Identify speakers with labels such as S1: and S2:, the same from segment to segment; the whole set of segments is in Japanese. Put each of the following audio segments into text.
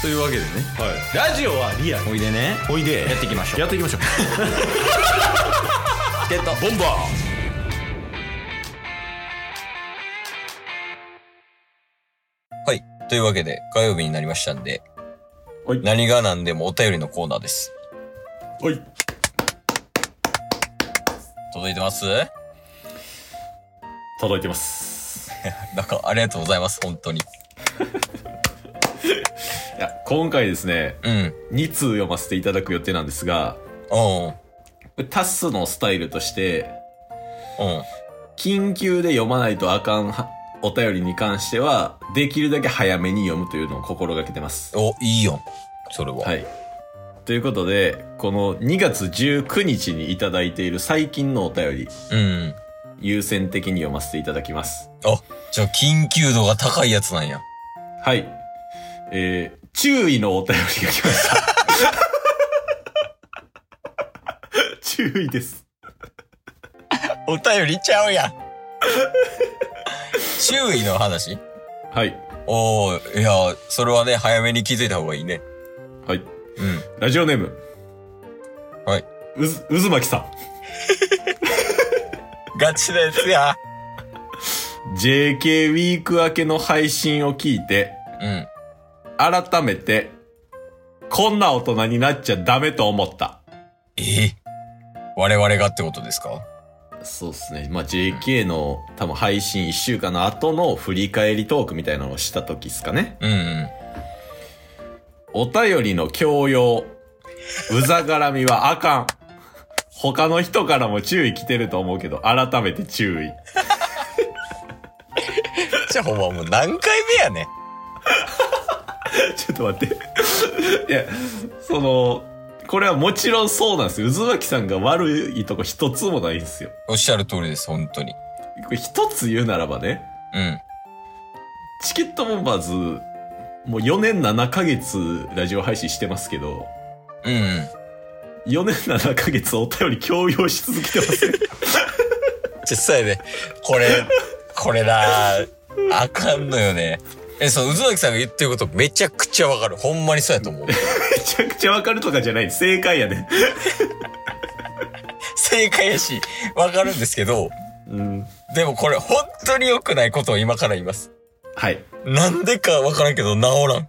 S1: というわけでね
S2: はい、ラジオはリアル
S1: おいでね
S2: おいで
S1: やっていきましょう
S2: やっていきましょう
S1: ゲット
S2: ボンバ
S1: はいというわけで火曜日になりましたんで
S2: はい
S1: 何が何でもお便りのコーナーです
S2: ーはい
S1: 届いてます
S2: 届いてます
S1: なんかありがとうございます本当に
S2: いや今回ですね
S1: うん
S2: 2通読ませていただく予定なんですが
S1: おうん
S2: タスのスタイルとして
S1: うん
S2: 緊急で読まないとあかんはお便りに関してはできるだけ早めに読むというのを心がけてます
S1: おいいよそれは、
S2: はいということでこの2月19日にいただいている最近のお便り
S1: うん
S2: 優先的に読ませていただきます
S1: じゃあ緊急度が高いやつなんや
S2: はいえー、注意のお便りが来ました 注意です
S1: お便りちゃうや ん注意の話
S2: はい
S1: おおいやそれはね早めに気づいた方がいいね
S2: はい
S1: うん
S2: ラジオネーム
S1: はいう
S2: ず渦巻さん
S1: ガチなやつや
S2: JK ウィーク明けの配信を聞いて
S1: うん
S2: 改めて、こんな大人になっちゃダメと思った。
S1: ええ我々がってことですか
S2: そうですね。まあ、JK の多分配信1週間の後の振り返りトークみたいなのをした時ですかね。
S1: うんうん。
S2: お便りの強要、うざがらみはあかん。他の人からも注意来てると思うけど、改めて注意。
S1: じゃあほんまもう何回目やねん。
S2: ちょっと待って。いや、その、これはもちろんそうなんですよ。渦巻さんが悪いとこ一つもないんですよ。
S1: おっしゃる通りです、本当に。
S2: これ一つ言うならばね、
S1: うん。
S2: チケットもまず、もう4年7ヶ月ラジオ配信してますけど、
S1: うんうん。
S2: 4年7ヶ月お便り強要し続けてます ね。
S1: 実際ね、これ、これなあかんのよね。え、そう、渦巻さんが言ってることめちゃくちゃわかる。ほんまにそうやと思う。
S2: めちゃくちゃわかるとかじゃない。正解やね。
S1: 正解やし、わかるんですけど、
S2: うん。
S1: でもこれ本当に良くないことを今から言います。
S2: はい。
S1: なんでかわからんけど治らん。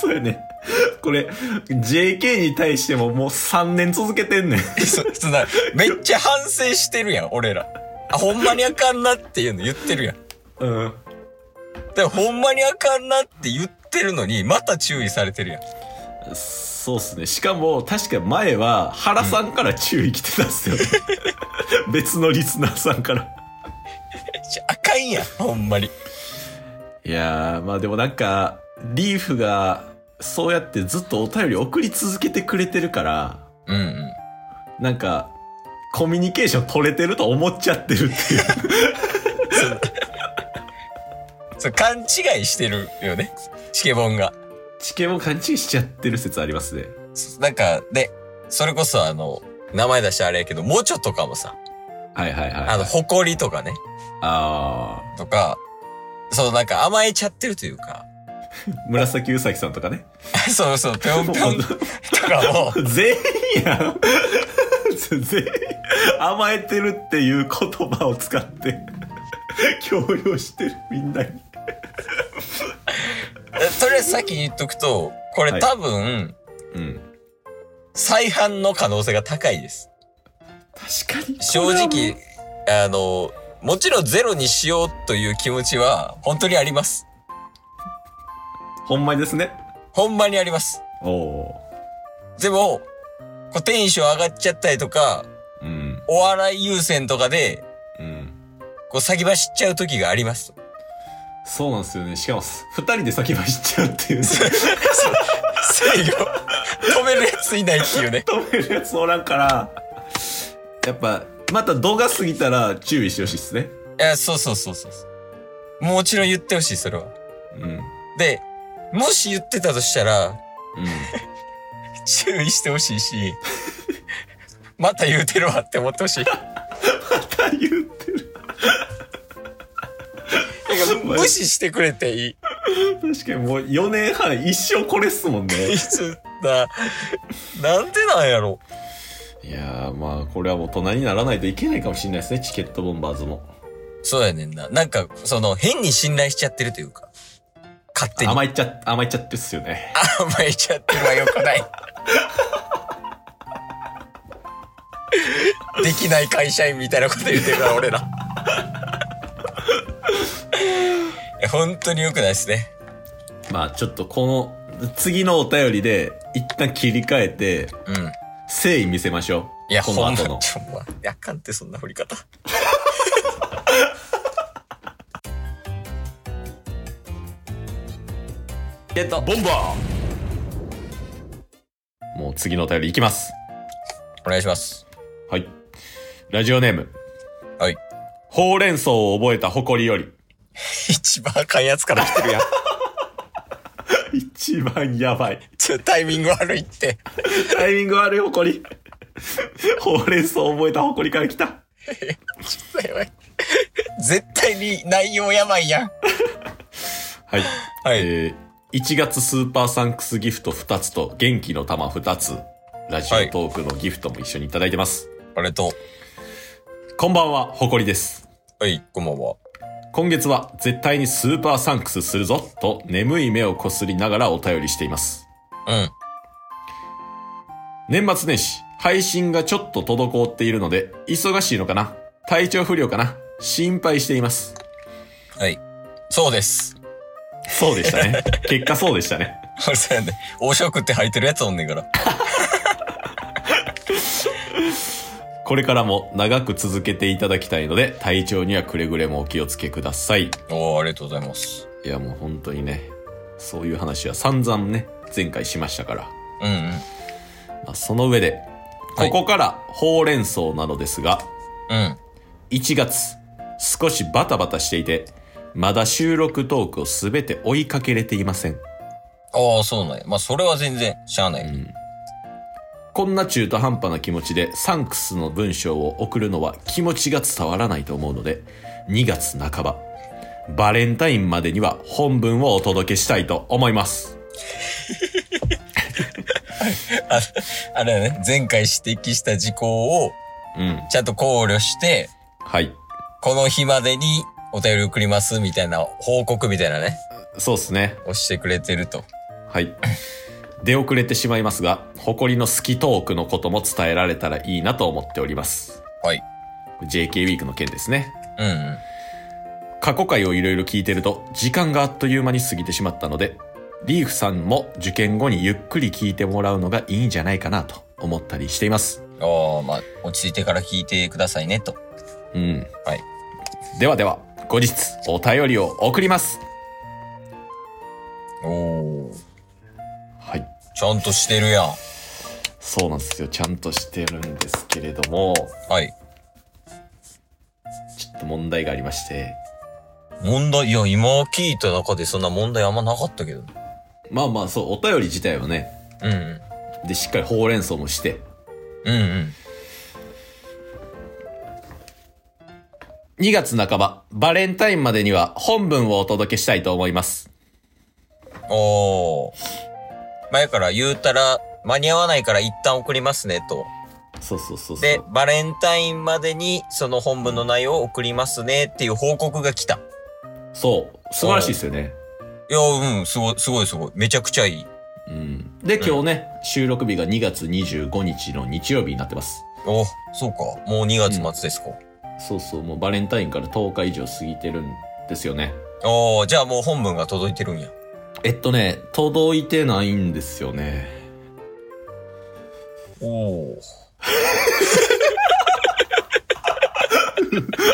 S2: そうやね。これ、JK に対してももう3年続けてんねん。
S1: えそそんなめっちゃ反省してるやん、俺ら。あ、ほんまにあかんなっていうの言ってるやん。
S2: うん。
S1: でほんまにあかんなって言ってるのに、また注意されてるやん。
S2: そうっすね。しかも、確か前は原さんから注意来てたっすよね。別のリスナーさんから。
S1: ちょあかんやん、ほんまに。
S2: いやー、まあでもなんか、リーフが、そうやってずっとお便り送り続けてくれてるから、
S1: うんうん。
S2: なんか、コミュニケーション取れてると思っちゃってるっていう。
S1: そう、勘違いしてるよね。チケボンが。
S2: 知見も勘違いしちゃってる説ありますね。
S1: そなんか、で、それこそあの、名前出してあれやけど、もちょとかもさ、
S2: はいはいはい。
S1: あの、誇りとかね、
S2: あ
S1: とか、そう、なんか甘えちゃってるというか、
S2: ー、紫うさぎさんとかね。
S1: そうそう、ぴょんぴょんとかも、
S2: 全員やん。全員甘えてるっていう言葉を使って、強要してるみんなに。
S1: えとりあえず先に言っとくと、こ
S2: は
S1: れ
S2: い
S1: 多分、
S2: うん。
S1: 再犯の可能性が高いです。
S2: 確かに。
S1: 正直。、あの、もちろんゼロにしようという気持ちは本当にあります。
S2: ほんまですね。
S1: ほんまにあります。
S2: おお
S1: でも、こうテンション上がっちゃったりとか、
S2: ー。うん。
S1: お笑い優先とかで、
S2: うん。
S1: こう先走っちゃう時があります。
S2: そうなんですよね。しかも、す二人で先走っちゃうっていう、ね。
S1: 制御、止めるやついないっていうね。
S2: 止めるやつおらんから、やっぱ、また度が過ぎたら注意してほしいですね。
S1: いや、そうそうそうそうそう。もちろん言ってほしい、それは。
S2: うん。 うん。
S1: で、もし言ってたとしたら、注意してほしいし、また言うてるわって思ってほしい。
S2: また言ってる。
S1: なんか無視してくれていい。
S2: 確かにもう4年半一生これっすもんね。
S1: いつだ、なんでなんやろ。
S2: いやーまあこれはもう大人にならないといけないかもしれないですね、チケットボンバーズも。
S1: そうやねんな。なんか、その、変に信頼しちゃってるというか、勝手に
S2: 甘えちゃ、甘えちゃってっすよね。
S1: 甘えちゃってるは良くない。できない会社員みたいなこと言ってるから、俺ら。いや本当に良くないですね。
S2: まあちょっとこの次のお便りで一旦切り替えて
S1: うん。
S2: 誠意見せましょう。
S1: いや、
S2: こ
S1: ほん
S2: の
S1: ま、ち
S2: 後
S1: ょ
S2: の。
S1: ほんまあかんって、そんな振り方。
S2: ゲットボンバーもう次のお便りいきます。
S1: お願いします。
S2: はい。ラジオネーム。
S1: はい。
S2: ほうれん草を覚えた誇りより。
S1: 一番あかんやつから来 てるやん。
S2: 一番やばい。
S1: ちょ、タイミング悪いって。
S2: タイミング悪い誇り。 ほうれん草を覚えた誇りから来た。
S1: ちょっとやばい。絶対に内容やばいやん。
S2: はい。
S1: はい
S2: えー、1月スーパーサンクスギフト2つと元気の玉2つ。ラジオトークのギフトも一緒にいただいてます。
S1: ありがとう。
S2: こんばんは、誇りです。
S1: はい、こんばんは。
S2: 今月は絶対にスーパーサンクスするぞと眠い目をこすりながらお便りしています。
S1: うん。
S2: 年末年始、配信がちょっと滞っているので、忙しいのかな体調不良かな心配しています。
S1: はい。そうです。
S2: そうでした ね。結果そうでしたね。
S1: あれそうやね。お食って履いてるやつおんねんから。
S2: これからも長く続けていただきたいので、体調にはくれぐれもお気をつけください。
S1: おー、ありがとうございます。
S2: いやもう本当にね、そういう話は散々ね、前回しましたから。
S1: うんうん。
S2: まあ、その上で、
S1: は
S2: こ
S1: い
S2: こからほうれん草なのですが、
S1: うん。
S2: 1月、少しバタバタしていて、まだ収録トークをすべて追いかけれていません。
S1: ああ、そうなんや。まあ、それは全然、しゃあない。
S2: こんな中途半端な気持ちでサンクスの文章を送るのは気持ちが伝わらないと思うので、2月半ば、バレンタインまでには本文をお届けしたいと思います。
S1: ああれだね、前回指摘した事項を、
S2: うん。
S1: ちゃんと考慮して、
S2: はい。
S1: この日までにお便り送ります、みたいな、報告みたいなね、
S2: そうですね。
S1: をしてくれてると。
S2: はい。出遅れてしまいますが、誇りの好きトークのことも伝えられたらいいなと思っております。
S1: はい。
S2: JK ウィークの件ですね。
S1: うんうん。
S2: 過去回をいろいろ聞いてると時間があっという間に過ぎてしまったのでリーフさんも受験後にゆっくり聞いてもらうのがいいんじゃないかなと思ったりしています
S1: ああ、まあ、落ち着いてから聞いてくださいね、と。
S2: うん
S1: はい
S2: ではでは後日お便りを送ります
S1: おー。
S2: はい
S1: ちゃんとしてるやん。
S2: そうなんですよちゃんとしてるんですけれども
S1: はい。
S2: ちょっと問題がありまして
S1: 問題、いや、今聞いた中でそんな問題あんまなかったけど。
S2: まあまあそうお便り自体はね
S1: うんうん。
S2: でしっかりほうれん草もして
S1: うんうん。
S2: 2月半ばバレンタインまでには本文をお届けしたいと思います
S1: おー。前から言うたら、間に合わないから一旦送りますね、と。
S2: そうそうそうそう
S1: で、バレンタインまでにその本文の内容を送りますねっていう報告が来た。
S2: そう素晴らしいですよね
S1: いや、うん、すごい、すごい、すごい。めちゃくちゃいい。
S2: うんで、今日ね、収録日が2月25日の日曜日になってます。
S1: お、そうか。もう2月末ですか。
S2: そうそう、もうバレンタインから10日以上過ぎてるんですよね。
S1: おー、じゃあもう本文が届いてるんや。
S2: えっとね、届いてないんですよね。
S1: おー。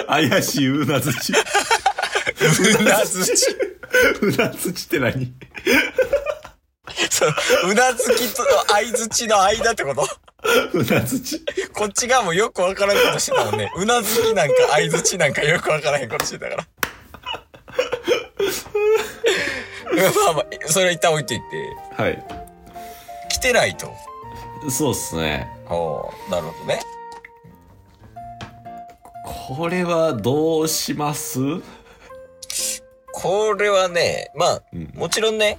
S2: 怪しいうなず ち。
S1: うなずき。
S2: うなずちって何
S1: そううなずきと相づちの間ってこと
S2: うなずち。
S1: こっち側もよくわからんことしてたもんね。うなずきなんか相づちなんかよくわからへんことしてたから。まあまあ、それは一旦置いといて。
S2: はい。
S1: 来てないと。
S2: そうっすね。
S1: おー、なるほどね。
S2: これはどうします
S1: これはね、まあ、
S2: うん
S1: もちろんね、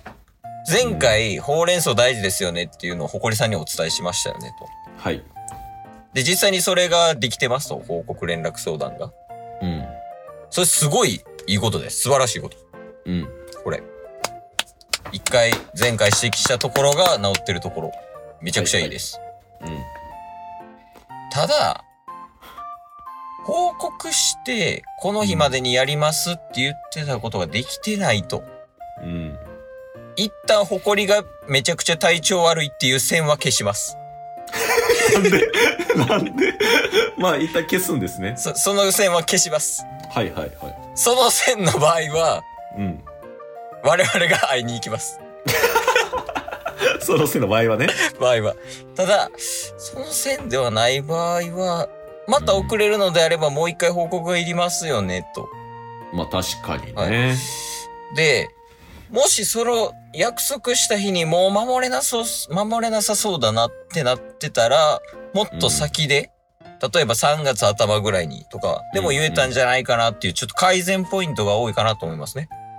S1: 前回、ほうれん草大事ですよねっていうのをほこりさんにお伝えしましたよねと。
S2: はい。
S1: で、実際にそれができてますと、報告連絡相談が。
S2: うん。
S1: それすごいいいことです。素晴らしいこと。
S2: うん。
S1: これ。一回、前回指摘したところが治ってるところ。めちゃくちゃいいです。
S2: うん。
S1: ただ、報告して、この日までにやりますって言ってたことができてないと。
S2: うん。
S1: 一旦誇りがめちゃくちゃ体調悪いっていう線は消します。
S2: なんでまあ、一旦消すんですね。
S1: そその線は消します。
S2: はいはいは
S1: その線の場合は、
S2: い。うん。
S1: 我々が会いに行きます。
S2: そのせの場合はね。
S1: 場合は。ただ、その線ではない場合は、また遅れるのであればもう一回報告がいりますよね、と。
S2: まあ、確かにね。
S1: はで、もしその約束した日にもう守れなそう、守れなさそうだなってなってたら、もっと先で、例えば3月頭ぐらいにとか、でも言えたんじゃないかなっていう、ちょっと改善ポイントが多いかなと思いますね。